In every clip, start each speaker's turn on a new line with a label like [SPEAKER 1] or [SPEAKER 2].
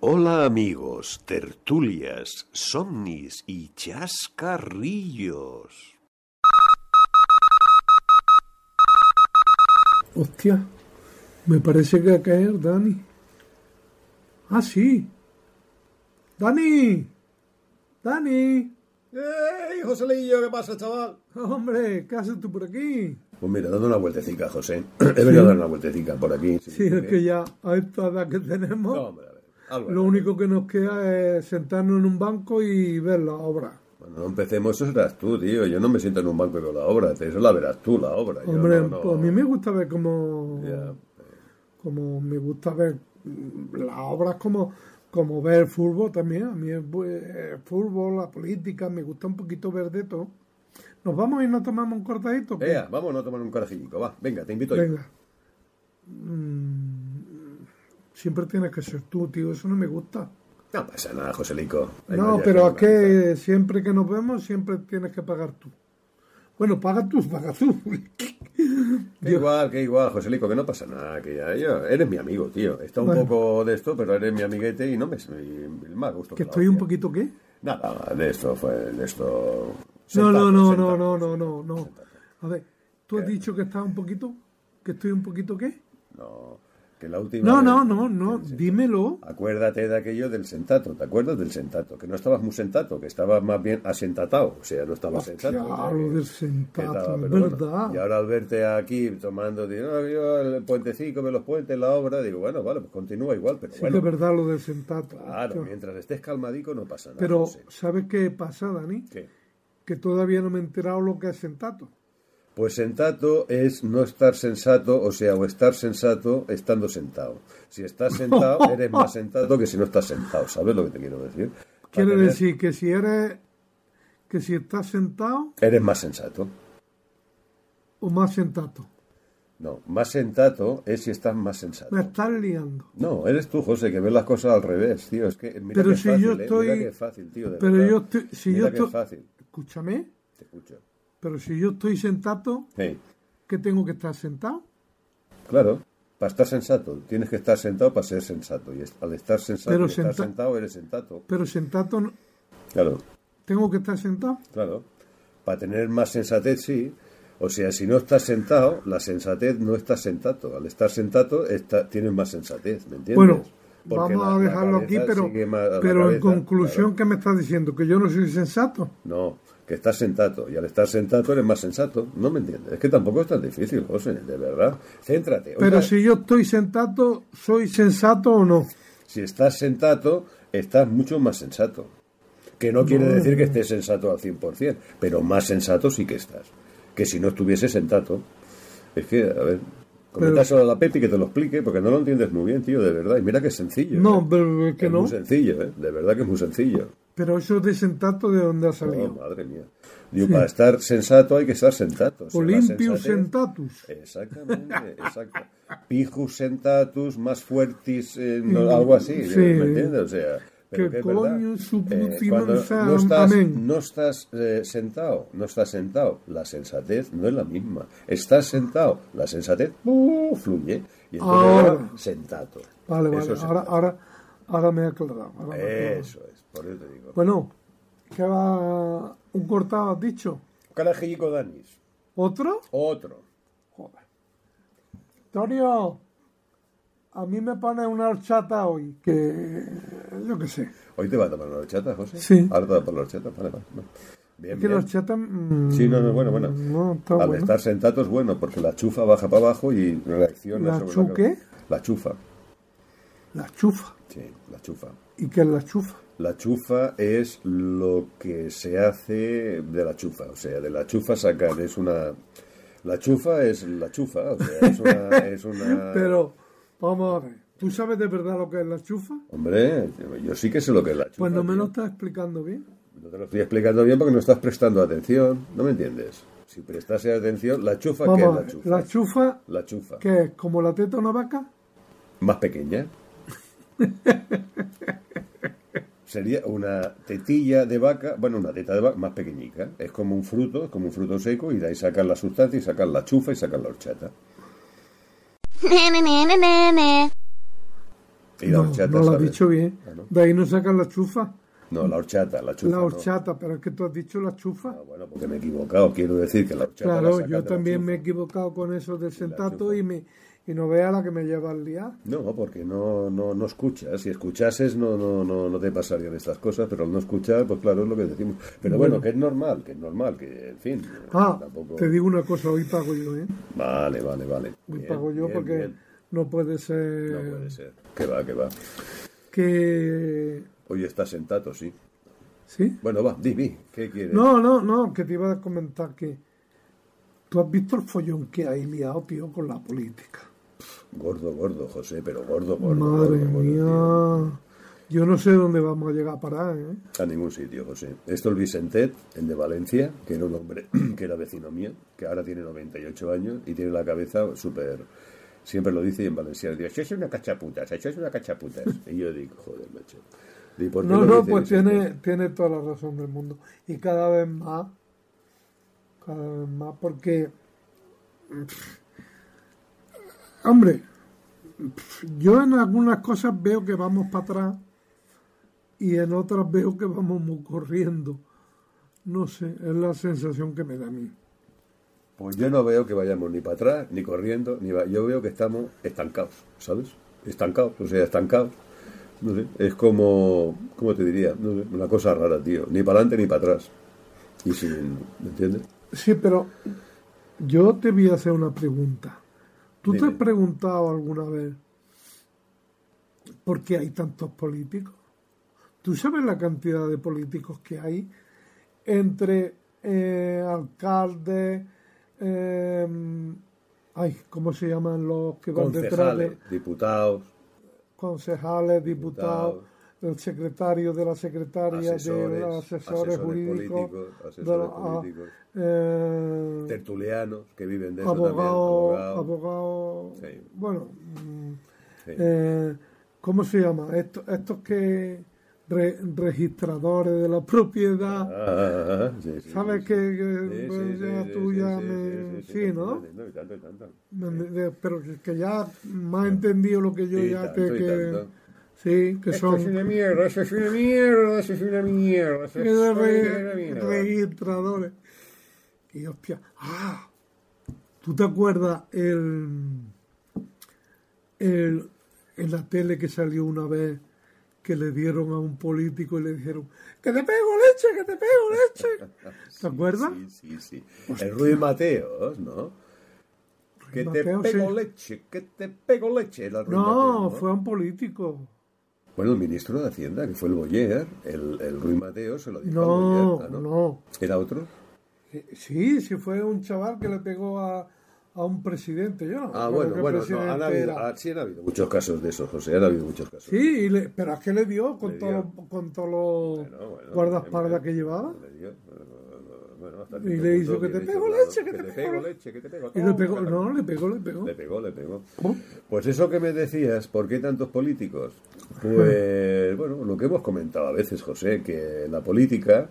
[SPEAKER 1] Hola amigos, tertulias, somnis y chascarrillos.
[SPEAKER 2] Hostia, me parece que va a caer Dani. Ah, sí. Dani. Dani.
[SPEAKER 3] ¡Ey, Joselillo! ¿Qué pasa, chaval?
[SPEAKER 2] Hombre, ¿qué haces tú por aquí?
[SPEAKER 3] Pues mira, dando una vueltecita, José. He venido a dar una vueltecita por aquí.
[SPEAKER 2] Sí, es que ya a esta edad que tenemos,
[SPEAKER 3] No, hombre, a ver. Algo.
[SPEAKER 2] lo único que nos queda es sentarnos en un banco y ver la obra.
[SPEAKER 3] Cuando no empecemos, eso serás tú, tío. Yo no me siento en un banco y veo la obra. Eso la verás tú, la obra. Yo
[SPEAKER 2] Hombre,
[SPEAKER 3] no, no.
[SPEAKER 2] pues a mí me gusta ver como,
[SPEAKER 3] Ya.
[SPEAKER 2] como me gusta ver mm, las obras como, como ver fútbol también. A mí el, bu- el fútbol, la política, me gusta un poquito ver de todo. Nos vamos y nos tomamos un cortadito. ¿qué?
[SPEAKER 3] Ea, vámonos a tomar un carajillico, va. Venga, te invito yo.
[SPEAKER 2] Venga. Mm, siempre tienes que ser tú, tío. Eso no me gusta.
[SPEAKER 3] No pasa nada, Joselico. Ahí
[SPEAKER 2] no,
[SPEAKER 3] ya
[SPEAKER 2] pero es
[SPEAKER 3] que una
[SPEAKER 2] que siempre que nos vemos, siempre tienes que pagar tú. Bueno, paga tú, paga tú.
[SPEAKER 3] Que igual, que igual, Joselico, que no pasa nada. Que ya, yo- eres mi amigo, tío. Está un
[SPEAKER 2] Bueno.
[SPEAKER 3] poco de esto, pero eres mi amiguete y no me. y más gusto.
[SPEAKER 2] que
[SPEAKER 3] la
[SPEAKER 2] estoy un
[SPEAKER 3] hostia.
[SPEAKER 2] poquito, ¿qué?
[SPEAKER 3] Nada, de esto fue. De esto.
[SPEAKER 2] No,
[SPEAKER 3] Sentado,
[SPEAKER 2] no, no,
[SPEAKER 3] sentado.
[SPEAKER 2] no, no, no, no, no. A ver, tú has dicho que estás un poquito, que estoy un poquito, ¿qué?
[SPEAKER 3] No, que la última.
[SPEAKER 2] No,
[SPEAKER 3] vez-
[SPEAKER 2] no, no, no, dímelo.
[SPEAKER 3] Ah, Acuérdate de aquello del sentato, ¿te acuerdas del sentato? Que no estabas muy sentato, que estabas más bien asentatado, o sea, no estabas sentato. o sea,
[SPEAKER 2] Claro,
[SPEAKER 3] que-
[SPEAKER 2] del
[SPEAKER 3] que
[SPEAKER 2] sentato,
[SPEAKER 3] estaba,
[SPEAKER 2] es
[SPEAKER 3] pero bueno. Y
[SPEAKER 2] verdad.
[SPEAKER 3] ahora al verte aquí tomando, digo, "Ah, yo el puentecico, me los puentes, la obra, digo, bueno, vale, pues continúa igual, pero
[SPEAKER 2] Sí que
[SPEAKER 3] bueno.
[SPEAKER 2] es verdad lo del sentato.
[SPEAKER 3] Claro,
[SPEAKER 2] hostia.
[SPEAKER 3] mientras estés calmadico no pasa nada.
[SPEAKER 2] Pero,
[SPEAKER 3] no sé.
[SPEAKER 2] ¿sabes qué pasa, Dani?
[SPEAKER 3] ¿Qué?
[SPEAKER 2] Que todavía no me he enterado lo que es sentato.
[SPEAKER 3] Pues sentato es no estar sensato, o sea, o estar sensato estando sentado. Si estás sentado, eres más sentado que si no estás sentado, ¿sabes lo que te quiero decir? Para
[SPEAKER 2] Quiere
[SPEAKER 3] tener-
[SPEAKER 2] decir que si eres, que si estás sentado
[SPEAKER 3] Eres más sensato.
[SPEAKER 2] o más sentato.
[SPEAKER 3] No, más sentato es si estás más sensato.
[SPEAKER 2] Me estás liando.
[SPEAKER 3] No, eres tú, José, que ves las cosas al revés, tío. Es que mira
[SPEAKER 2] Pero
[SPEAKER 3] qué
[SPEAKER 2] si
[SPEAKER 3] fácil,
[SPEAKER 2] yo
[SPEAKER 3] eh,
[SPEAKER 2] estoy-
[SPEAKER 3] mira qué fácil, tío. de
[SPEAKER 2] Pero
[SPEAKER 3] verdad.
[SPEAKER 2] yo estoy, si
[SPEAKER 3] mira
[SPEAKER 2] yo
[SPEAKER 3] qué
[SPEAKER 2] estoy,
[SPEAKER 3] fácil.
[SPEAKER 2] escúchame,
[SPEAKER 3] Te escucho.
[SPEAKER 2] pero si yo estoy sentato,
[SPEAKER 3] Hey,
[SPEAKER 2] ¿qué tengo que estar sentado?
[SPEAKER 3] claro. Para estar sensato, tienes que estar sentado para ser sensato. Y es- al estar sensato,
[SPEAKER 2] Pero
[SPEAKER 3] y estar
[SPEAKER 2] senta-
[SPEAKER 3] sentado, eres sentato.
[SPEAKER 2] Pero sentato no-
[SPEAKER 3] Claro.
[SPEAKER 2] tengo que estar sentado.
[SPEAKER 3] Claro, para tener más sensatez sí. O sea, si no estás sentado, la sensatez no está sentato. Al estar sentato está, tienes más sensatez, ¿me entiendes?
[SPEAKER 2] Bueno,
[SPEAKER 3] Porque
[SPEAKER 2] vamos
[SPEAKER 3] la-
[SPEAKER 2] a
[SPEAKER 3] la
[SPEAKER 2] dejarlo aquí,
[SPEAKER 3] cabeza
[SPEAKER 2] pero,
[SPEAKER 3] sigue más- la
[SPEAKER 2] pero en
[SPEAKER 3] cabeza,
[SPEAKER 2] conclusión,
[SPEAKER 3] claro,
[SPEAKER 2] ¿qué me estás diciendo? Que yo no soy sensato.
[SPEAKER 3] no, que estás sentato. Y al estar sentato eres más sensato. No me entiendes. Es que tampoco es tan difícil, José, de verdad. Céntrate.
[SPEAKER 2] Pero
[SPEAKER 3] Oiga,
[SPEAKER 2] si yo estoy sentato, ¿soy sensato o no?
[SPEAKER 3] Si estás sentato, estás mucho más sensato. Que no quiere decir que estés sensato al 100%, pero más sensato sí que estás. Que si no estuviese sentato. Es que, a ver, comentas a la Pepi que te lo explique, porque no lo entiendes muy bien, tío, de verdad. Y mira que es sencillo.
[SPEAKER 2] No,
[SPEAKER 3] ¿eh?
[SPEAKER 2] pero es que
[SPEAKER 3] es
[SPEAKER 2] no.
[SPEAKER 3] muy sencillo, ¿eh? De verdad que es muy sencillo.
[SPEAKER 2] Pero eso de sentato, ¿de dónde ha
[SPEAKER 3] Oh,
[SPEAKER 2] salido?
[SPEAKER 3] madre mía. Digo, para estar sensato hay que estar sentato. O sea, la
[SPEAKER 2] Olympius
[SPEAKER 3] sensatez-
[SPEAKER 2] sentatus.
[SPEAKER 3] Exactamente, exacto. Pijus sentatus, más fuertis, eh, no, algo así,
[SPEAKER 2] Mm, Sí.
[SPEAKER 3] ¿me entiendes? O sea, pero
[SPEAKER 2] Que
[SPEAKER 3] que es
[SPEAKER 2] coño
[SPEAKER 3] verdad. Eh,
[SPEAKER 2] su puti
[SPEAKER 3] cuando
[SPEAKER 2] manzana,
[SPEAKER 3] no estás,
[SPEAKER 2] amén.
[SPEAKER 3] no estás eh, sentado, no estás sentado, la sensatez no es la misma. Estás sentado, la sensatez uh, fluye. Y entonces
[SPEAKER 2] Ahora.
[SPEAKER 3] ahora, sentato.
[SPEAKER 2] Vale,
[SPEAKER 3] Eso
[SPEAKER 2] vale.
[SPEAKER 3] es
[SPEAKER 2] Ahora,
[SPEAKER 3] sentato.
[SPEAKER 2] ahora, ahora me he aclarado. ahora me he aclarado.
[SPEAKER 3] Eso es, por eso te digo.
[SPEAKER 2] Bueno, ¿qué va? ¿Un cortado has dicho?
[SPEAKER 3] Carajillico Danis,
[SPEAKER 2] ¿Otro?
[SPEAKER 3] otro.
[SPEAKER 2] Joder. Antonio, a mí me pone una horchata hoy, que yo qué sé.
[SPEAKER 3] ¿Hoy te va a tomar una horchata, José?
[SPEAKER 2] Sí.
[SPEAKER 3] Ahora te va a tomar la horchata, vale, vale. vale. Bien,
[SPEAKER 2] Es que la
[SPEAKER 3] bien.
[SPEAKER 2] horchata... mm,
[SPEAKER 3] Sí, no, no, bueno, bueno.
[SPEAKER 2] No, está
[SPEAKER 3] Al
[SPEAKER 2] Ah, bueno.
[SPEAKER 3] estar sentato es bueno, porque la chufa baja para abajo y reacciona
[SPEAKER 2] ¿La
[SPEAKER 3] sobre
[SPEAKER 2] chu
[SPEAKER 3] la
[SPEAKER 2] qué?
[SPEAKER 3] La chufa,
[SPEAKER 2] La chufa.
[SPEAKER 3] sí, la chufa.
[SPEAKER 2] ¿Y qué es la chufa?
[SPEAKER 3] La chufa es lo que se hace de la chufa, o sea, de la chufa sacar, es una... La chufa es la chufa, o sea, es una... es una-
[SPEAKER 2] Pero, vamos a ver, ¿tú sabes de verdad lo que es la chufa?
[SPEAKER 3] Hombre, yo sí que sé lo que es la chufa.
[SPEAKER 2] Pues no me
[SPEAKER 3] tío. Pues,
[SPEAKER 2] lo estás explicando bien.
[SPEAKER 3] No te lo estoy explicando bien porque no estás prestando atención, ¿no me entiendes? Si prestase atención, la chufa, ¿qué
[SPEAKER 2] Vamos a
[SPEAKER 3] es la
[SPEAKER 2] ver,
[SPEAKER 3] chufa?
[SPEAKER 2] la chufa,
[SPEAKER 3] La chufa.
[SPEAKER 2] que es como la teta de una vaca,
[SPEAKER 3] más pequeña. Sería una tetilla de vaca, bueno, una teta de vaca más pequeñica. Es como un fruto, es como un fruto seco y de ahí sacan la sustancia y sacan la chufa y sacan la horchata.
[SPEAKER 4] Na na na na na na.
[SPEAKER 3] Y la
[SPEAKER 2] no,
[SPEAKER 3] horchata,
[SPEAKER 2] no lo has
[SPEAKER 3] ¿sabes?
[SPEAKER 2] dicho bien.
[SPEAKER 3] Ah, ¿no?
[SPEAKER 2] De ahí no sacan la chufa.
[SPEAKER 3] No, la horchata, la chufa.
[SPEAKER 2] la
[SPEAKER 3] no.
[SPEAKER 2] horchata, pero es que tú has dicho la chufa.
[SPEAKER 3] Ah, bueno, porque me he equivocado. Quiero decir que la horchata. la
[SPEAKER 2] claro,
[SPEAKER 3] sacan de
[SPEAKER 2] yo
[SPEAKER 3] la
[SPEAKER 2] también
[SPEAKER 3] chufa.
[SPEAKER 2] me he equivocado con eso del sentato
[SPEAKER 3] chufa.
[SPEAKER 2] y, me, y no vea la que me lleva al liar.
[SPEAKER 3] No, porque no, no, no escuchas. Si escuchases no, no, no, no te pasarían estas cosas, pero al no escuchar, pues claro, es lo que decimos. Pero bueno, que es normal, que es normal, que en fin.
[SPEAKER 2] Ah,
[SPEAKER 3] tampoco-
[SPEAKER 2] te digo una cosa, hoy pago yo, ¿eh?
[SPEAKER 3] Vale, vale, vale.
[SPEAKER 2] Hoy
[SPEAKER 3] Bien,
[SPEAKER 2] pago yo
[SPEAKER 3] bien,
[SPEAKER 2] porque eh,
[SPEAKER 3] bien.
[SPEAKER 2] no puede ser
[SPEAKER 3] No puede ser. Que va, que va.
[SPEAKER 2] que...
[SPEAKER 3] Hoy está sentado, sí.
[SPEAKER 2] ¿Sí?
[SPEAKER 3] Bueno, va, dime, ¿qué quieres?
[SPEAKER 2] No, no, no, que te iba a comentar que tú has visto el follón que hay liado, tío, con la política.
[SPEAKER 3] Gordo, gordo, José, pero gordo, gordo.
[SPEAKER 2] Madre
[SPEAKER 3] gordo, gordo,
[SPEAKER 2] mía.
[SPEAKER 3] tío.
[SPEAKER 2] Yo no sé dónde vamos a llegar a parar, ¿eh?
[SPEAKER 3] A ningún sitio, José. Esto el Vicentet, el de Valencia, que era un hombre que era vecino mío, que ahora tiene 98 años y tiene la cabeza súper... Siempre lo dice y en valenciano dice, eso es una cachaputas, eso es una cachaputas. Y yo digo, joder, macho. Digo, ¿por qué
[SPEAKER 2] No,
[SPEAKER 3] lo
[SPEAKER 2] no,
[SPEAKER 3] dice
[SPEAKER 2] pues
[SPEAKER 3] Vicente?
[SPEAKER 2] tiene, tiene toda la razón del mundo. Y cada vez más, cada vez más, porque, pff, hombre, pff, yo en algunas cosas veo que vamos para atrás y en otras veo que vamos muy corriendo. No sé, es la sensación que me da a mí.
[SPEAKER 3] Pues yo no veo que vayamos ni para atrás, ni corriendo, ni va- yo veo que estamos estancados, ¿sabes? Estancados, o sea, estancados. No sé, es como, ¿cómo te diría? No sé, una cosa rara, tío. Ni para adelante ni para atrás. Y sin, ¿me entiendes?
[SPEAKER 2] Sí, pero yo te voy a hacer una pregunta. ¿Tú te
[SPEAKER 3] Dime.
[SPEAKER 2] has preguntado alguna vez por qué hay tantos políticos? ¿Tú sabes la cantidad de políticos que hay entre eh, alcaldes, eh, ay, ¿cómo se llaman los que van detrás de
[SPEAKER 3] Concejales, diputados,
[SPEAKER 2] concejales, diputados, el secretario de la secretaria, de
[SPEAKER 3] Asesores,
[SPEAKER 2] los asesores,
[SPEAKER 3] asesores
[SPEAKER 2] jurídicos,
[SPEAKER 3] políticos,
[SPEAKER 2] de
[SPEAKER 3] asesores
[SPEAKER 2] los, ah,
[SPEAKER 3] políticos.
[SPEAKER 2] eh,
[SPEAKER 3] tertulianos que viven de eso también.
[SPEAKER 2] abogado,
[SPEAKER 3] abogados.
[SPEAKER 2] abogado,
[SPEAKER 3] Sí.
[SPEAKER 2] bueno, mm,
[SPEAKER 3] Sí.
[SPEAKER 2] eh, ¿cómo se llama? Estos, estos que re- registradores de la propiedad,
[SPEAKER 3] Ah, sí, sí,
[SPEAKER 2] ¿sabes
[SPEAKER 3] sí,
[SPEAKER 2] que,
[SPEAKER 3] sí.
[SPEAKER 2] que,
[SPEAKER 3] Sí,
[SPEAKER 2] pues,
[SPEAKER 3] sí,
[SPEAKER 2] ya
[SPEAKER 3] sí,
[SPEAKER 2] tú
[SPEAKER 3] sí,
[SPEAKER 2] ya
[SPEAKER 3] sí,
[SPEAKER 2] me-
[SPEAKER 3] sí, sí,
[SPEAKER 2] sí,
[SPEAKER 3] sí,
[SPEAKER 2] ¿no?
[SPEAKER 3] no, y tanto, y tanto.
[SPEAKER 2] Me- de- pero que, que ya más entendido lo que yo
[SPEAKER 3] Y
[SPEAKER 2] ya
[SPEAKER 3] Ah. tanto,
[SPEAKER 2] que,
[SPEAKER 3] y
[SPEAKER 2] que-
[SPEAKER 3] tanto.
[SPEAKER 2] sí, que
[SPEAKER 4] Eso es
[SPEAKER 2] son
[SPEAKER 4] una mierda, eso es una mierda, eso es una mierda. Eso
[SPEAKER 2] que
[SPEAKER 4] es
[SPEAKER 2] de
[SPEAKER 4] una
[SPEAKER 2] re-
[SPEAKER 4] mierda.
[SPEAKER 2] registradores. Y hostia, ah, ¿tú te acuerdas el, el- en la tele que salió una vez que le dieron a un político y le dijeron, que te pego leche, que te pego leche? ¿Te acuerdas?
[SPEAKER 3] Sí, sí, sí. El Ruiz Mateos, ¿no? Que te
[SPEAKER 2] Mateos,
[SPEAKER 3] pego
[SPEAKER 2] sí.
[SPEAKER 3] leche, que te pego leche. era el Ruiz
[SPEAKER 2] No,
[SPEAKER 3] Mateos,
[SPEAKER 2] fue a un político.
[SPEAKER 3] Bueno, el ministro de Hacienda, que fue el Boyer, el, el Ruiz Mateos se lo dijo al
[SPEAKER 2] No,
[SPEAKER 3] Boyer, ¿no?
[SPEAKER 2] no.
[SPEAKER 3] ¿Era otro?
[SPEAKER 2] Eh, Sí, sí fue un chaval que le pegó a, a un presidente. Yo no me
[SPEAKER 3] Ah,
[SPEAKER 2] acuerdo
[SPEAKER 3] bueno,
[SPEAKER 2] qué
[SPEAKER 3] bueno, no,
[SPEAKER 2] presidente
[SPEAKER 3] han habido,
[SPEAKER 2] era.
[SPEAKER 3] ah, sí han habido muchos casos de esos, José, han habido muchos casos.
[SPEAKER 2] Sí, y le- pero es que le dio con
[SPEAKER 3] Le
[SPEAKER 2] todos
[SPEAKER 3] dio.
[SPEAKER 2] los con todos los
[SPEAKER 3] Bueno, bueno,
[SPEAKER 2] guardaespaldas
[SPEAKER 3] bien,
[SPEAKER 2] que llevaba.
[SPEAKER 3] le dio, bueno, bueno, hasta
[SPEAKER 2] Y
[SPEAKER 3] cierto
[SPEAKER 2] le hizo,
[SPEAKER 3] punto,
[SPEAKER 2] "Que te
[SPEAKER 3] bien hecho,
[SPEAKER 2] pego
[SPEAKER 3] claro,
[SPEAKER 2] leche, que te pego leche".
[SPEAKER 3] leche, que te pego.
[SPEAKER 2] Y le pegó, no, le pegó, le pegó.
[SPEAKER 3] Le pegó, le pegó.
[SPEAKER 2] ¿Cómo?
[SPEAKER 3] Pues eso que me decías, ¿por qué tantos políticos? Pues, bueno, lo que hemos comentado a veces, José, que la política,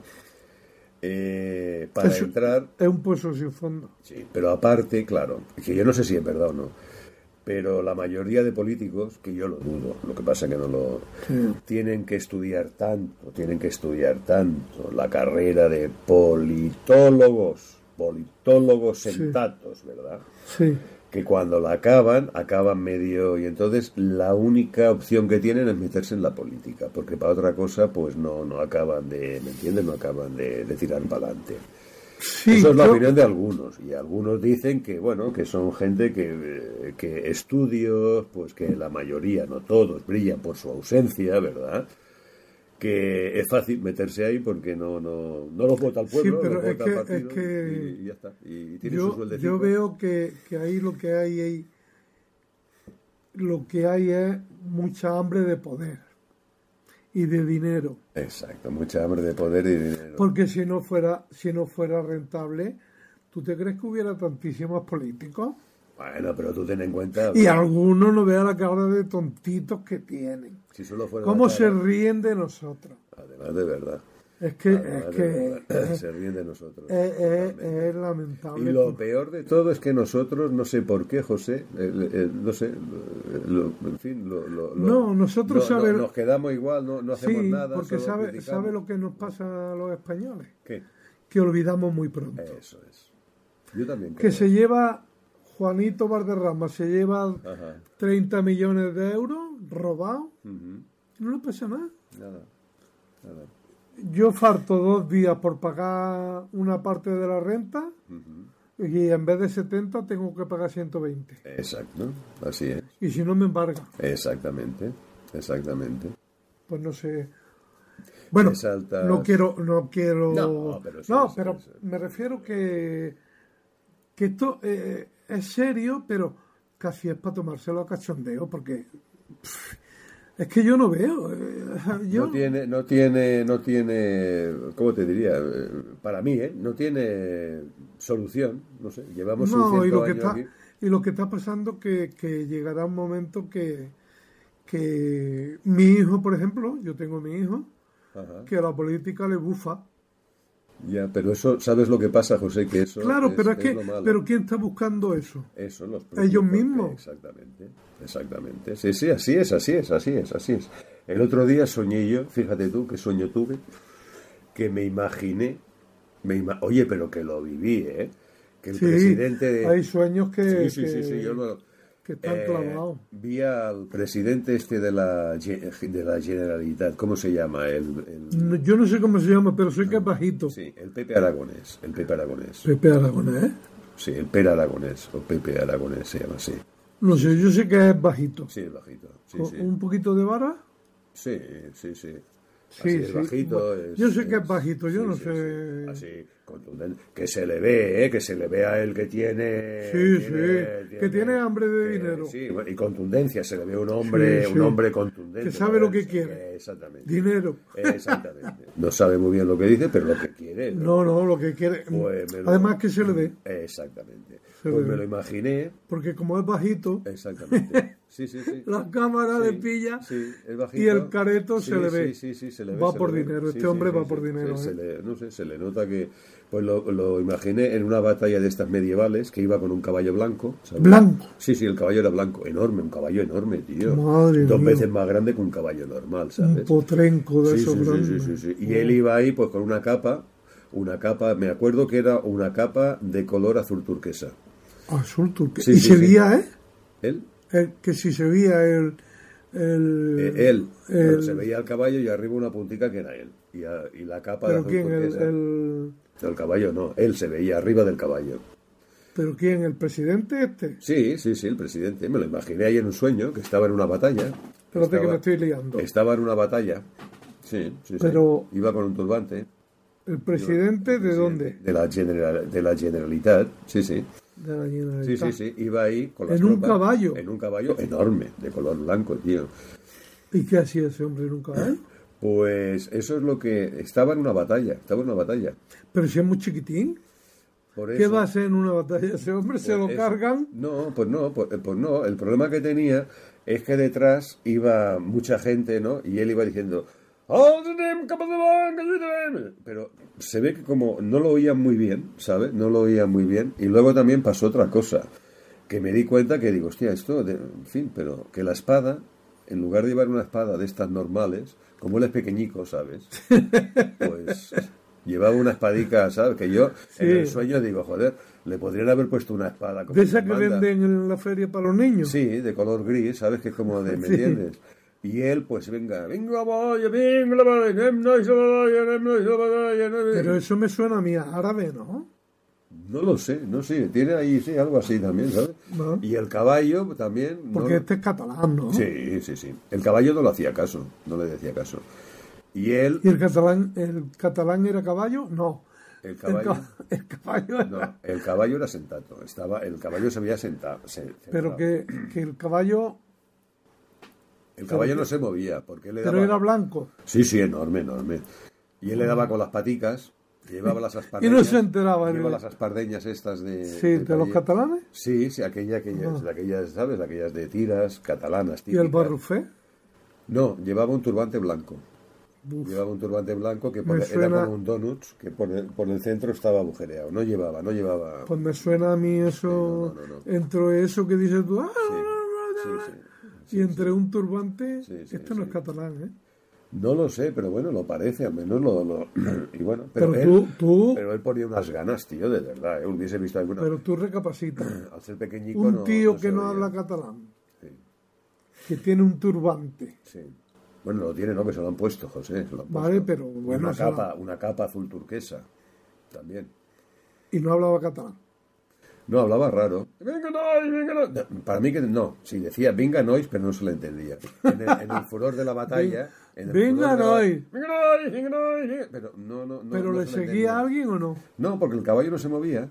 [SPEAKER 3] eh, para
[SPEAKER 2] Eso-
[SPEAKER 3] entrar,
[SPEAKER 2] Es un pozo sin fondo.
[SPEAKER 3] Sí, pero aparte, claro, que yo no sé si es verdad o no, pero la mayoría de políticos, que yo lo dudo, lo que pasa que no lo... Tienen que estudiar tanto, tienen que estudiar tanto la carrera de politólogos, politólogos sentatos, ¿verdad?
[SPEAKER 2] Sí,
[SPEAKER 3] Que cuando la acaban, acaban medio y entonces la única opción que tienen es meterse en la política, porque para otra cosa pues no, no acaban de, ¿me entiendes? No acaban de, de tirar para adelante.
[SPEAKER 2] sí
[SPEAKER 3] Eso es la
[SPEAKER 2] yo-
[SPEAKER 3] opinión de algunos. Y algunos dicen que, bueno, que son gente que, eh, que estudios, pues que la mayoría, no todos, brillan por su ausencia, ¿verdad? Que es fácil meterse ahí porque no, no, no los vota el
[SPEAKER 2] Sí,
[SPEAKER 3] pueblo,
[SPEAKER 2] pero
[SPEAKER 3] los
[SPEAKER 2] es
[SPEAKER 3] vota
[SPEAKER 2] que-
[SPEAKER 3] el partido
[SPEAKER 2] es que
[SPEAKER 3] y, y ya está. Y, tiene su
[SPEAKER 2] yo,
[SPEAKER 3] sueldecito.
[SPEAKER 2] yo veo que, que ahí lo que hay ahí- lo que hay es mucha hambre de poder y de dinero.
[SPEAKER 3] Exacto, mucha hambre de poder y dinero.
[SPEAKER 2] Porque si no fuera, si no fuera rentable, ¿tú te crees que hubiera tantísimos políticos?
[SPEAKER 3] Bueno, pero tú ten en cuenta,
[SPEAKER 2] Y algunos no vean la cara de tontitos que tienen.
[SPEAKER 3] si solo fuera... la
[SPEAKER 2] ¿Cómo se
[SPEAKER 3] cara-
[SPEAKER 2] ríen de nosotros?
[SPEAKER 3] Además, de verdad.
[SPEAKER 2] Es que, eh, es que es,
[SPEAKER 3] se ríen de nosotros.
[SPEAKER 2] es- es-
[SPEAKER 3] totalmente.
[SPEAKER 2] es lamentable.
[SPEAKER 3] Y lo peor de todo es que nosotros, no sé por qué, José, el- el- no sé, eh, lo- en fin, lo, lo- lo-
[SPEAKER 2] No, nosotros
[SPEAKER 3] lo- lo-
[SPEAKER 2] sabe-
[SPEAKER 3] nos quedamos igual, no, no hacemos
[SPEAKER 2] sí,
[SPEAKER 3] nada.
[SPEAKER 2] porque
[SPEAKER 3] solo
[SPEAKER 2] sabe,
[SPEAKER 3] criticamos.
[SPEAKER 2] sabe lo que nos pasa a los españoles,
[SPEAKER 3] ¿Qué?
[SPEAKER 2] que olvidamos muy pronto.
[SPEAKER 3] Eso es. Yo también
[SPEAKER 2] que
[SPEAKER 3] creo.
[SPEAKER 2] se lleva, Juanito Valderrama se lleva
[SPEAKER 3] Ajá.
[SPEAKER 2] 30 millones de euros robado,
[SPEAKER 3] Ujú.
[SPEAKER 2] no le pasa nada.
[SPEAKER 3] Nada, nada.
[SPEAKER 2] Yo farto dos días por pagar una parte de la renta
[SPEAKER 3] Ujú.
[SPEAKER 2] y en vez de 70 tengo que pagar 120.
[SPEAKER 3] Exacto, así es.
[SPEAKER 2] Y si no me embarga,
[SPEAKER 3] Exactamente, exactamente.
[SPEAKER 2] pues no sé. Bueno,
[SPEAKER 3] Me saltas-
[SPEAKER 2] no quiero, no quiero.
[SPEAKER 3] No, pero sí,
[SPEAKER 2] No,
[SPEAKER 3] sí,
[SPEAKER 2] pero
[SPEAKER 3] sí.
[SPEAKER 2] me refiero que que esto eh, es serio, pero casi es para tomárselo a cachondeo, porque pff, es que yo no veo. eh, yo,
[SPEAKER 3] No tiene, no tiene, no tiene, ¿cómo te diría? Eh, Para mí, ¿eh? No tiene solución, no sé, llevamos
[SPEAKER 2] No,
[SPEAKER 3] 600
[SPEAKER 2] y lo, que
[SPEAKER 3] años
[SPEAKER 2] está,
[SPEAKER 3] aquí.
[SPEAKER 2] y lo que está pasando que, que llegará un momento que, que mi hijo, por ejemplo, yo tengo mi hijo,
[SPEAKER 3] Ajá.
[SPEAKER 2] que a la política le bufa.
[SPEAKER 3] Ya, pero eso, ¿sabes lo que pasa, José? Que eso
[SPEAKER 2] Claro,
[SPEAKER 3] es,
[SPEAKER 2] pero es,
[SPEAKER 3] lo
[SPEAKER 2] que,
[SPEAKER 3] malo.
[SPEAKER 2] pero ¿quién está buscando eso?
[SPEAKER 3] Eso, los
[SPEAKER 2] Ellos
[SPEAKER 3] propios,
[SPEAKER 2] mismos.
[SPEAKER 3] Exactamente, exactamente. Sí, sí, así es, así es, así es, así es. El otro día soñé yo, fíjate tú, qué sueño tuve, que me imaginé, me ima- oye, pero que lo viví, ¿eh? Que el
[SPEAKER 2] Sí,
[SPEAKER 3] presidente de...
[SPEAKER 2] hay sueños que,
[SPEAKER 3] Sí, sí, sí,
[SPEAKER 2] que-
[SPEAKER 3] sí, yo lo-
[SPEAKER 2] que están
[SPEAKER 3] eh,
[SPEAKER 2] clavados.
[SPEAKER 3] Vi al presidente este de la, Ge- de la Generalitat, ¿cómo se llama? El, el-
[SPEAKER 2] No, yo no sé cómo se llama, pero sé que es bajito.
[SPEAKER 3] sí, el Pepe Aragonés, el Pepe Aragonés.
[SPEAKER 2] Pepe Aragonés. ¿eh?
[SPEAKER 3] Sí, el Pera Aragonés, o Pepe Aragonés se llama así.
[SPEAKER 2] No sé, yo sé que es bajito.
[SPEAKER 3] Sí, el bajito. Sí,
[SPEAKER 2] Con
[SPEAKER 3] sí.
[SPEAKER 2] Un poquito de vara.
[SPEAKER 3] Sí, sí, sí.
[SPEAKER 2] Sí,
[SPEAKER 3] Así, el
[SPEAKER 2] sí.
[SPEAKER 3] bajito
[SPEAKER 2] Bueno,
[SPEAKER 3] es-
[SPEAKER 2] yo sé que es bajito, yo no sé.
[SPEAKER 3] Así, contundente. Que se le ve, ¿eh? que se le ve a él que tiene.
[SPEAKER 2] Sí, sí, que tiene hambre de
[SPEAKER 3] que-
[SPEAKER 2] dinero.
[SPEAKER 3] Sí, bueno, y contundencia, se le ve un hombre,
[SPEAKER 2] Sí, sí.
[SPEAKER 3] un hombre contundente.
[SPEAKER 2] Que sabe lo
[SPEAKER 3] ¿no?
[SPEAKER 2] que
[SPEAKER 3] Sí,
[SPEAKER 2] quiere.
[SPEAKER 3] Exactamente.
[SPEAKER 2] Dinero.
[SPEAKER 3] Exactamente. No sabe muy bien lo que dice, pero lo que quiere. ¿no?
[SPEAKER 2] No, no, lo que quiere. mm,
[SPEAKER 3] Pues me lo-
[SPEAKER 2] Además que se le dé.
[SPEAKER 3] Exactamente.
[SPEAKER 2] Se le
[SPEAKER 3] Pues
[SPEAKER 2] ve.
[SPEAKER 3] me lo imaginé.
[SPEAKER 2] Porque como es bajito,
[SPEAKER 3] Exactamente. Sí, sí, sí.
[SPEAKER 2] la cámara
[SPEAKER 3] Sí,
[SPEAKER 2] le pilla
[SPEAKER 3] sí, el bajito.
[SPEAKER 2] y el careto
[SPEAKER 3] Sí,
[SPEAKER 2] se le
[SPEAKER 3] sí,
[SPEAKER 2] ve.
[SPEAKER 3] sí, sí, se le ve,
[SPEAKER 2] va
[SPEAKER 3] se
[SPEAKER 2] por
[SPEAKER 3] le ve.
[SPEAKER 2] dinero,
[SPEAKER 3] Sí,
[SPEAKER 2] este
[SPEAKER 3] sí,
[SPEAKER 2] hombre
[SPEAKER 3] sí,
[SPEAKER 2] va
[SPEAKER 3] sí,
[SPEAKER 2] por
[SPEAKER 3] sí,
[SPEAKER 2] dinero.
[SPEAKER 3] se
[SPEAKER 2] ¿eh?
[SPEAKER 3] le- no sé, se le nota que. Pues lo, lo imaginé en una batalla de estas medievales que iba con un caballo blanco. ¿sabes?
[SPEAKER 2] Blanco.
[SPEAKER 3] Sí, sí, el caballo era blanco, enorme, un caballo enorme, tío.
[SPEAKER 2] Madre
[SPEAKER 3] Dos
[SPEAKER 2] mía.
[SPEAKER 3] veces más grande que un caballo normal,
[SPEAKER 2] Un
[SPEAKER 3] ¿sabes?
[SPEAKER 2] potrenco de
[SPEAKER 3] Sí,
[SPEAKER 2] esos
[SPEAKER 3] sí, sí, sí,
[SPEAKER 2] grandes.
[SPEAKER 3] sí, sí. Y él iba ahí pues con una capa, una capa, me acuerdo que era una capa de color azul turquesa.
[SPEAKER 2] Azul turquesa.
[SPEAKER 3] Sí,
[SPEAKER 2] y
[SPEAKER 3] sí,
[SPEAKER 2] se
[SPEAKER 3] sí.
[SPEAKER 2] veía, ¿eh?
[SPEAKER 3] Él,
[SPEAKER 2] El- que si se veía el. el-
[SPEAKER 3] eh, él,
[SPEAKER 2] el-
[SPEAKER 3] Bueno, se veía el caballo y arriba una puntica que era él. Y, a- y la capa de
[SPEAKER 2] pero
[SPEAKER 3] azul
[SPEAKER 2] quién, el,
[SPEAKER 3] turquesa.
[SPEAKER 2] el-
[SPEAKER 3] No, el caballo no, él se veía arriba del caballo.
[SPEAKER 2] pero quién, el presidente este.
[SPEAKER 3] Sí, sí, sí, el presidente. Me lo imaginé ahí en un sueño, que estaba en una batalla.
[SPEAKER 2] Espérate que
[SPEAKER 3] Estaba-
[SPEAKER 2] me estoy liando.
[SPEAKER 3] Estaba en una batalla. Sí, sí, sí.
[SPEAKER 2] Pero-
[SPEAKER 3] Iba con un turbante.
[SPEAKER 2] ¿El presidente de dónde?
[SPEAKER 3] De la, general, de la Generalitat, sí, sí.
[SPEAKER 2] De la
[SPEAKER 3] Sí,
[SPEAKER 2] Generalitat.
[SPEAKER 3] sí, sí, iba ahí con las
[SPEAKER 2] En un
[SPEAKER 3] tropas.
[SPEAKER 2] caballo.
[SPEAKER 3] En un caballo enorme, de color blanco, tío.
[SPEAKER 2] ¿Y qué hacía ese hombre nunca? ¿eh?
[SPEAKER 3] Pues eso es lo que... Estaba en una batalla, estaba en una batalla.
[SPEAKER 2] Pero si es muy chiquitín,
[SPEAKER 3] Por
[SPEAKER 2] ¿qué
[SPEAKER 3] eso-
[SPEAKER 2] va a hacer en una batalla? Ese hombre se lo
[SPEAKER 3] Pues eso.
[SPEAKER 2] cargan.
[SPEAKER 3] No, pues no, pues, pues no. El problema que tenía es que detrás iba mucha gente, ¿no? Y él iba diciendo... "Oh, "Aldenem, Capadalan, Capadalan". Pero se ve que como no lo oían muy bien, ¿sabes? No lo oían muy bien. Y luego también pasó otra cosa, que me di cuenta que digo, hostia, esto, de- en fin, pero que la espada, en lugar de llevar una espada de estas normales, como él es pequeñico, ¿sabes? pues llevaba una espadica, ¿sabes? Que yo en el
[SPEAKER 2] Sí.
[SPEAKER 3] sueño digo, joder, le podrían haber puesto una espada como
[SPEAKER 2] De esa
[SPEAKER 3] Dios
[SPEAKER 2] que
[SPEAKER 3] manda.
[SPEAKER 2] venden en la feria para los niños.
[SPEAKER 3] Sí, de color gris, ¿sabes? Que es como de, ¿me
[SPEAKER 2] Sí.
[SPEAKER 3] entiendes? Y él, pues venga, venga, vaya, venga, la vaya, nem, no, eso, vaya, nem, no, eso, vaya, nem".
[SPEAKER 2] Pero eso me suena a mí a árabe, ¿no?
[SPEAKER 3] No lo sé, no sé, tiene ahí, sí, algo así también, ¿sabes?
[SPEAKER 2] No.
[SPEAKER 3] Y el caballo también... no-
[SPEAKER 2] Porque este es catalán, ¿no?
[SPEAKER 3] Sí, sí, sí. El caballo no le hacía caso, no le decía caso. Y él,
[SPEAKER 2] ¿Y el catalán, el catalán era caballo? No.
[SPEAKER 3] el
[SPEAKER 2] El,
[SPEAKER 3] caballo...
[SPEAKER 2] ca- el caballo era...
[SPEAKER 3] No, el caballo era sentado, estaba, el caballo se había sentado.
[SPEAKER 2] Pero que, que el caballo...
[SPEAKER 3] El caballo no se movía, porque él le daba...
[SPEAKER 2] Pero era blanco.
[SPEAKER 3] Sí, sí, enorme, enorme. Y él le daba con las paticas, llevaba las aspardeñas.
[SPEAKER 2] Y no se enteraba, ¿no?
[SPEAKER 3] Llevaba las aspardeñas estas de.
[SPEAKER 2] Sí,
[SPEAKER 3] de
[SPEAKER 2] de los
[SPEAKER 3] calle.
[SPEAKER 2] catalanes. Ah.
[SPEAKER 3] Sí, sí, aquella, que aquellas, ¿sabes? Aquellas de tiras catalanas.
[SPEAKER 2] ¿Y el
[SPEAKER 3] típicas.
[SPEAKER 2] barrufé?
[SPEAKER 3] No, llevaba un turbante blanco.
[SPEAKER 2] Uf.
[SPEAKER 3] Llevaba un turbante blanco que
[SPEAKER 2] Me
[SPEAKER 3] por- era
[SPEAKER 2] suena-
[SPEAKER 3] como un donut que por el, por el centro estaba agujereado. No llevaba, no llevaba.
[SPEAKER 2] Pues me suena a mí eso,
[SPEAKER 3] Sí, no, no, no,
[SPEAKER 2] entre eso que dices tú, ah,
[SPEAKER 3] Sí,
[SPEAKER 2] bla, bla, bla,
[SPEAKER 3] sí,
[SPEAKER 2] bla,
[SPEAKER 3] sí.
[SPEAKER 2] y entre un turbante,
[SPEAKER 3] Sí, sí,
[SPEAKER 2] esto no
[SPEAKER 3] sí.
[SPEAKER 2] es catalán, ¿eh?
[SPEAKER 3] No lo sé, pero bueno, lo parece, al menos lo. lo- y bueno, pero,
[SPEAKER 2] Pero,
[SPEAKER 3] él,
[SPEAKER 2] tú, tú, pero,
[SPEAKER 3] pero él ponía unas ganas, tío, de verdad. ¿eh? Hubiese visto alguna.
[SPEAKER 2] tú recapacitas.
[SPEAKER 3] al ser pequeñico.
[SPEAKER 2] Un
[SPEAKER 3] no-
[SPEAKER 2] tío
[SPEAKER 3] no se
[SPEAKER 2] que no
[SPEAKER 3] veía.
[SPEAKER 2] habla catalán,
[SPEAKER 3] Sí,
[SPEAKER 2] que tiene un turbante,
[SPEAKER 3] sí. Bueno, lo tiene, ¿no? Que se lo han puesto, José. se lo han
[SPEAKER 2] Vale,
[SPEAKER 3] puesto.
[SPEAKER 2] pero bueno,
[SPEAKER 3] Pues Una
[SPEAKER 2] se lo-
[SPEAKER 3] capa, una capa azul turquesa. También.
[SPEAKER 2] y no hablaba catalán.
[SPEAKER 3] No, hablaba raro. Venga, nois, venga, nois. No, Para mí que no. Si decía venga, nois, pero no se le entendía. En el, en el furor de la batalla. en el
[SPEAKER 2] Venga,
[SPEAKER 3] furor de la-
[SPEAKER 2] nois.
[SPEAKER 3] Venga, nois, venga, nois, venga. Pero no, no, no.
[SPEAKER 2] ¿Pero
[SPEAKER 3] no
[SPEAKER 2] le
[SPEAKER 3] se entendía.
[SPEAKER 2] seguía a alguien o no?
[SPEAKER 3] No, porque el caballo no se movía.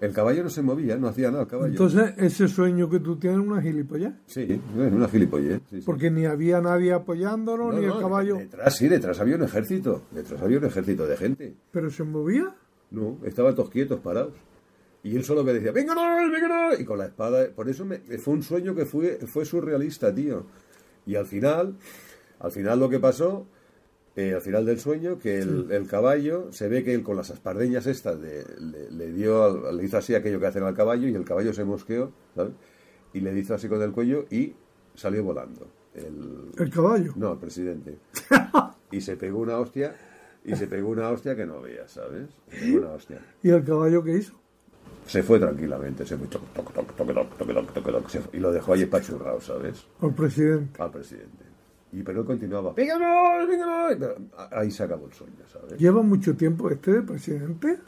[SPEAKER 3] El caballo no se movía, no hacía nada el caballo.
[SPEAKER 2] Entonces, ese sueño que tú tienes es una gilipollas,
[SPEAKER 3] Sí, es una gilipollez. sí, sí.
[SPEAKER 2] porque ni había nadie apoyándolo,
[SPEAKER 3] No,
[SPEAKER 2] ni
[SPEAKER 3] no,
[SPEAKER 2] el caballo,
[SPEAKER 3] Detrás, sí, detrás había un ejército. Detrás había un ejército de gente.
[SPEAKER 2] pero se movía.
[SPEAKER 3] No, estaban todos quietos, parados. Y él solo que decía, venga, no, venga, no. Y con la espada. Por eso me- fue un sueño que fue, fue surrealista, tío. Y al final, al final lo que pasó, eh, al final del sueño, que el, el caballo, se ve que él con las aspardeñas estas de- le, le dio, al- le hizo así aquello que hacen al caballo y el caballo se mosqueó, ¿sabes? Y le hizo así con el cuello y salió volando. El,
[SPEAKER 2] El caballo.
[SPEAKER 3] no, el presidente. Y se pegó una hostia, y se pegó una hostia que no veía, ¿sabes? Se pegó una hostia.
[SPEAKER 2] ¿Y el caballo qué hizo?
[SPEAKER 3] Se fue tranquilamente, se fue toc, toc, toc, toc, toc, toc, toc, toc, toc, se fue. y lo dejó ahí pachurrado, ¿sabes?
[SPEAKER 2] Al presidente.
[SPEAKER 3] Al presidente. Y pero él continuaba, ¡Píganos, píganos! Y, pero, a- Ahí se acabó el sueño, ¿sabes?
[SPEAKER 2] ¿Lleva mucho tiempo este de presidente?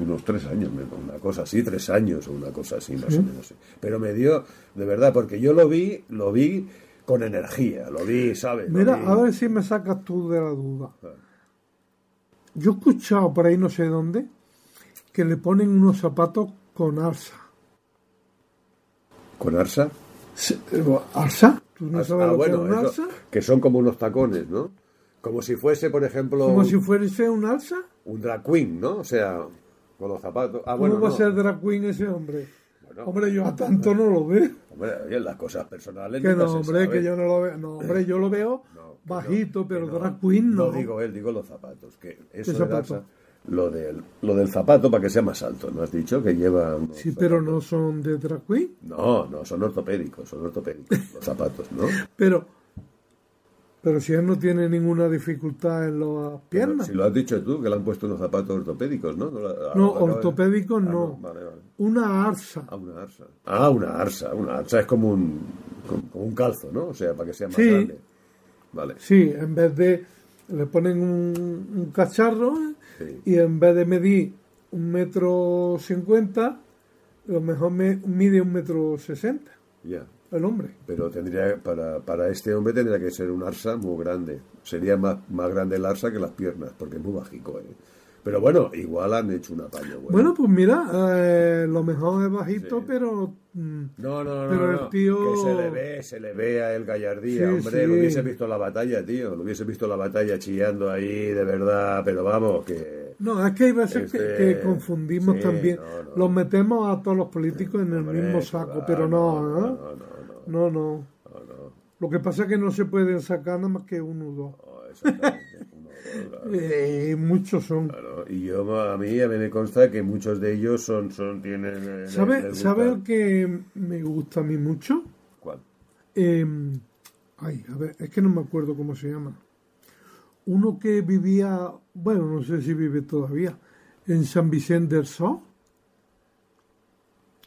[SPEAKER 3] Unos tres años, me- una cosa así, tres años o una cosa así, más o menos. sí. Pero me dio, de verdad, porque yo lo vi, lo vi con energía, lo vi, ¿sabes? Lo
[SPEAKER 2] Mira,
[SPEAKER 3] vi-
[SPEAKER 2] a ver si me sacas tú de la duda. Yo he escuchado por ahí no sé dónde que le ponen unos zapatos con alza.
[SPEAKER 3] ¿Con Arsa?
[SPEAKER 2] Se- eh, ¿Alza? ¿Tú no
[SPEAKER 3] Ah,
[SPEAKER 2] sabes lo
[SPEAKER 3] bueno,
[SPEAKER 2] que es un
[SPEAKER 3] eso-
[SPEAKER 2] alza?
[SPEAKER 3] que son como unos tacones, ¿no? Como si fuese, por ejemplo,
[SPEAKER 2] Como
[SPEAKER 3] un,
[SPEAKER 2] si fuese un alza.
[SPEAKER 3] un drag queen, ¿no? O sea, con los zapatos. Ah,
[SPEAKER 2] ¿Cómo
[SPEAKER 3] bueno,
[SPEAKER 2] va
[SPEAKER 3] no.
[SPEAKER 2] a ser drag queen ese hombre?
[SPEAKER 3] Bueno.
[SPEAKER 2] hombre, yo a tanto no lo veo.
[SPEAKER 3] Hombre, oye, las cosas personales.
[SPEAKER 2] Que
[SPEAKER 3] nunca
[SPEAKER 2] no,
[SPEAKER 3] se
[SPEAKER 2] hombre,
[SPEAKER 3] saben.
[SPEAKER 2] que yo no lo veo. No, hombre, yo lo veo
[SPEAKER 3] No, que
[SPEAKER 2] bajito,
[SPEAKER 3] no,
[SPEAKER 2] pero
[SPEAKER 3] que no.
[SPEAKER 2] drag queen no.
[SPEAKER 3] No digo él, digo los zapatos. Que eso de
[SPEAKER 2] zapato?
[SPEAKER 3] Arsa, lo del, lo del zapato para que sea más alto, ¿no has dicho? Que lleva. unos
[SPEAKER 2] sí, pero
[SPEAKER 3] zapatos.
[SPEAKER 2] no son de drag queen.
[SPEAKER 3] No, no, son ortopédicos, son ortopédicos los zapatos, ¿no?
[SPEAKER 2] Pero, pero si él no tiene ninguna dificultad en las
[SPEAKER 3] Pero
[SPEAKER 2] piernas.
[SPEAKER 3] Si lo has dicho tú, que le han puesto unos zapatos ortopédicos, ¿no? No, la-
[SPEAKER 2] No,
[SPEAKER 3] acaba de-
[SPEAKER 2] ortopédicos
[SPEAKER 3] Ah,
[SPEAKER 2] no.
[SPEAKER 3] Vale, vale.
[SPEAKER 2] Una arsa.
[SPEAKER 3] Ah, una arsa. Ah, una arsa. Una arsa es como un, como, como un calzo, ¿no? O sea, para que sea más
[SPEAKER 2] Sí.
[SPEAKER 3] grande. Vale.
[SPEAKER 2] Sí, en vez de. Le ponen un, un cacharro ¿eh?
[SPEAKER 3] Sí.
[SPEAKER 2] y en vez de medir un metro cincuenta, lo mejor me- mide un metro sesenta
[SPEAKER 3] Ya.
[SPEAKER 2] el hombre.
[SPEAKER 3] Pero tendría, para, para este hombre tendría que ser un arsa muy grande. Sería más, más grande el arsa que las piernas, porque es muy bajico, ¿eh? Pero bueno, igual han hecho un apaño.
[SPEAKER 2] Bueno, pues mira, eh, lo mejor es bajito,
[SPEAKER 3] Sí.
[SPEAKER 2] pero mm,
[SPEAKER 3] No, no, no,
[SPEAKER 2] Pero
[SPEAKER 3] no,
[SPEAKER 2] el tío-
[SPEAKER 3] que se le ve, se le ve a el gallardía,
[SPEAKER 2] Sí,
[SPEAKER 3] hombre,
[SPEAKER 2] sí.
[SPEAKER 3] lo hubiese visto la batalla, tío, lo hubiese visto la batalla chillando ahí, de verdad, pero vamos, que...
[SPEAKER 2] No, es que hay veces que,
[SPEAKER 3] Este,
[SPEAKER 2] que confundimos
[SPEAKER 3] sí,
[SPEAKER 2] también.
[SPEAKER 3] no, no.
[SPEAKER 2] Los metemos a todos los políticos en el
[SPEAKER 3] Hombre,
[SPEAKER 2] mismo saco,
[SPEAKER 3] claro,
[SPEAKER 2] pero no, ¿eh? no,
[SPEAKER 3] no,
[SPEAKER 2] no,
[SPEAKER 3] no, no,
[SPEAKER 2] no,
[SPEAKER 3] no. No, no,
[SPEAKER 2] Lo que pasa es que no se pueden sacar nada más que uno o dos.
[SPEAKER 3] no, exactamente. No, no, claro,
[SPEAKER 2] Eh, muchos son.
[SPEAKER 3] claro. Y yo, a mí, a mí me consta que muchos de ellos son, son tienen... eh, les
[SPEAKER 2] ¿Sabe,
[SPEAKER 3] gusta-
[SPEAKER 2] sabe el que me gusta a mí mucho?
[SPEAKER 3] ¿Cuál?
[SPEAKER 2] Eh, ay, a ver, es que no me acuerdo cómo se llama. Uno que vivía, bueno, no sé si vive todavía, en San Vicente del Sol.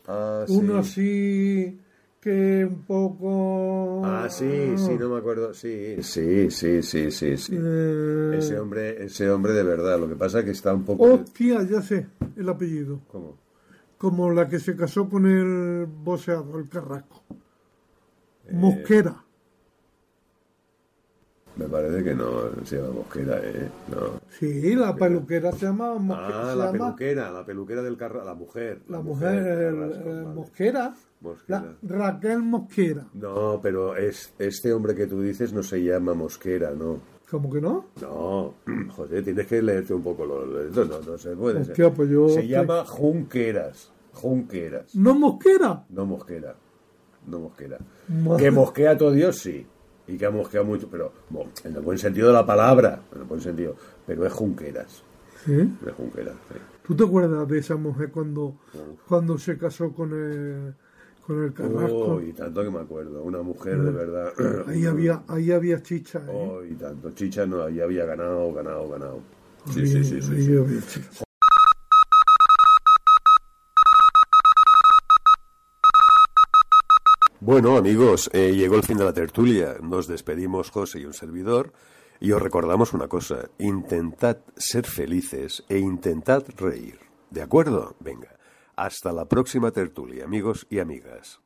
[SPEAKER 3] Ah, sí.
[SPEAKER 2] Uno así que un poco...
[SPEAKER 3] Ah, sí, sí, no me acuerdo, sí. Sí, sí, sí, sí, sí.
[SPEAKER 2] Eh,
[SPEAKER 3] Ese hombre, ese hombre de verdad, lo que pasa es que está un poco...
[SPEAKER 2] Hostia, ya sé el apellido.
[SPEAKER 3] ¿Cómo?
[SPEAKER 2] Como la que se casó con el boceador, el carrasco.
[SPEAKER 3] Eh,
[SPEAKER 2] Mosquera.
[SPEAKER 3] Me parece que no se llama Mosquera, ¿eh? No.
[SPEAKER 2] Sí, la peluquera se llama Mosquera.
[SPEAKER 3] Ah,
[SPEAKER 2] se
[SPEAKER 3] la
[SPEAKER 2] llama
[SPEAKER 3] peluquera, la peluquera del carro, la mujer.
[SPEAKER 2] La mujer,
[SPEAKER 3] del
[SPEAKER 2] el-
[SPEAKER 3] Carrasco,
[SPEAKER 2] el
[SPEAKER 3] vale.
[SPEAKER 2] Mosquera.
[SPEAKER 3] Mosquera.
[SPEAKER 2] La- Raquel Mosquera.
[SPEAKER 3] No, pero es, este hombre que tú dices no se llama Mosquera, no.
[SPEAKER 2] ¿Cómo que no?
[SPEAKER 3] No, José, tienes que leerte un poco los letras, no, no se puede.
[SPEAKER 2] Hostia,
[SPEAKER 3] ser.
[SPEAKER 2] pues yo
[SPEAKER 3] se
[SPEAKER 2] estoy-
[SPEAKER 3] llama Junqueras, Junqueras,
[SPEAKER 2] ¿No Mosquera?
[SPEAKER 3] no Mosquera, no Mosquera.
[SPEAKER 2] Madre-
[SPEAKER 3] Que mosquea a todo Dios, sí. y que ha mosqueado mucho, pero bueno, en el buen sentido de la palabra, en el buen sentido, pero es Junqueras.
[SPEAKER 2] ¿Sí?
[SPEAKER 3] Es Junqueras, sí.
[SPEAKER 2] ¿Tú te acuerdas de esa mujer cuando, cuando se casó con el, con el Carrasco?
[SPEAKER 3] Oh, y tanto que me acuerdo, una mujer
[SPEAKER 2] Mm.
[SPEAKER 3] de verdad.
[SPEAKER 2] ahí, había, ahí había chicha. ¿eh?
[SPEAKER 3] Oh, y tanto, Chicha no, ahí había ganado, ganado, ganado. Sí,
[SPEAKER 2] Ahí-
[SPEAKER 3] sí, sí, sí.
[SPEAKER 2] ahí
[SPEAKER 3] sí.
[SPEAKER 2] había chicha.
[SPEAKER 1] Bueno, amigos, eh, llegó el fin de la tertulia. Nos despedimos José y un servidor y os recordamos una cosa. Intentad ser felices e intentad reír. ¿De acuerdo? Venga. Hasta la próxima tertulia, amigos y amigas.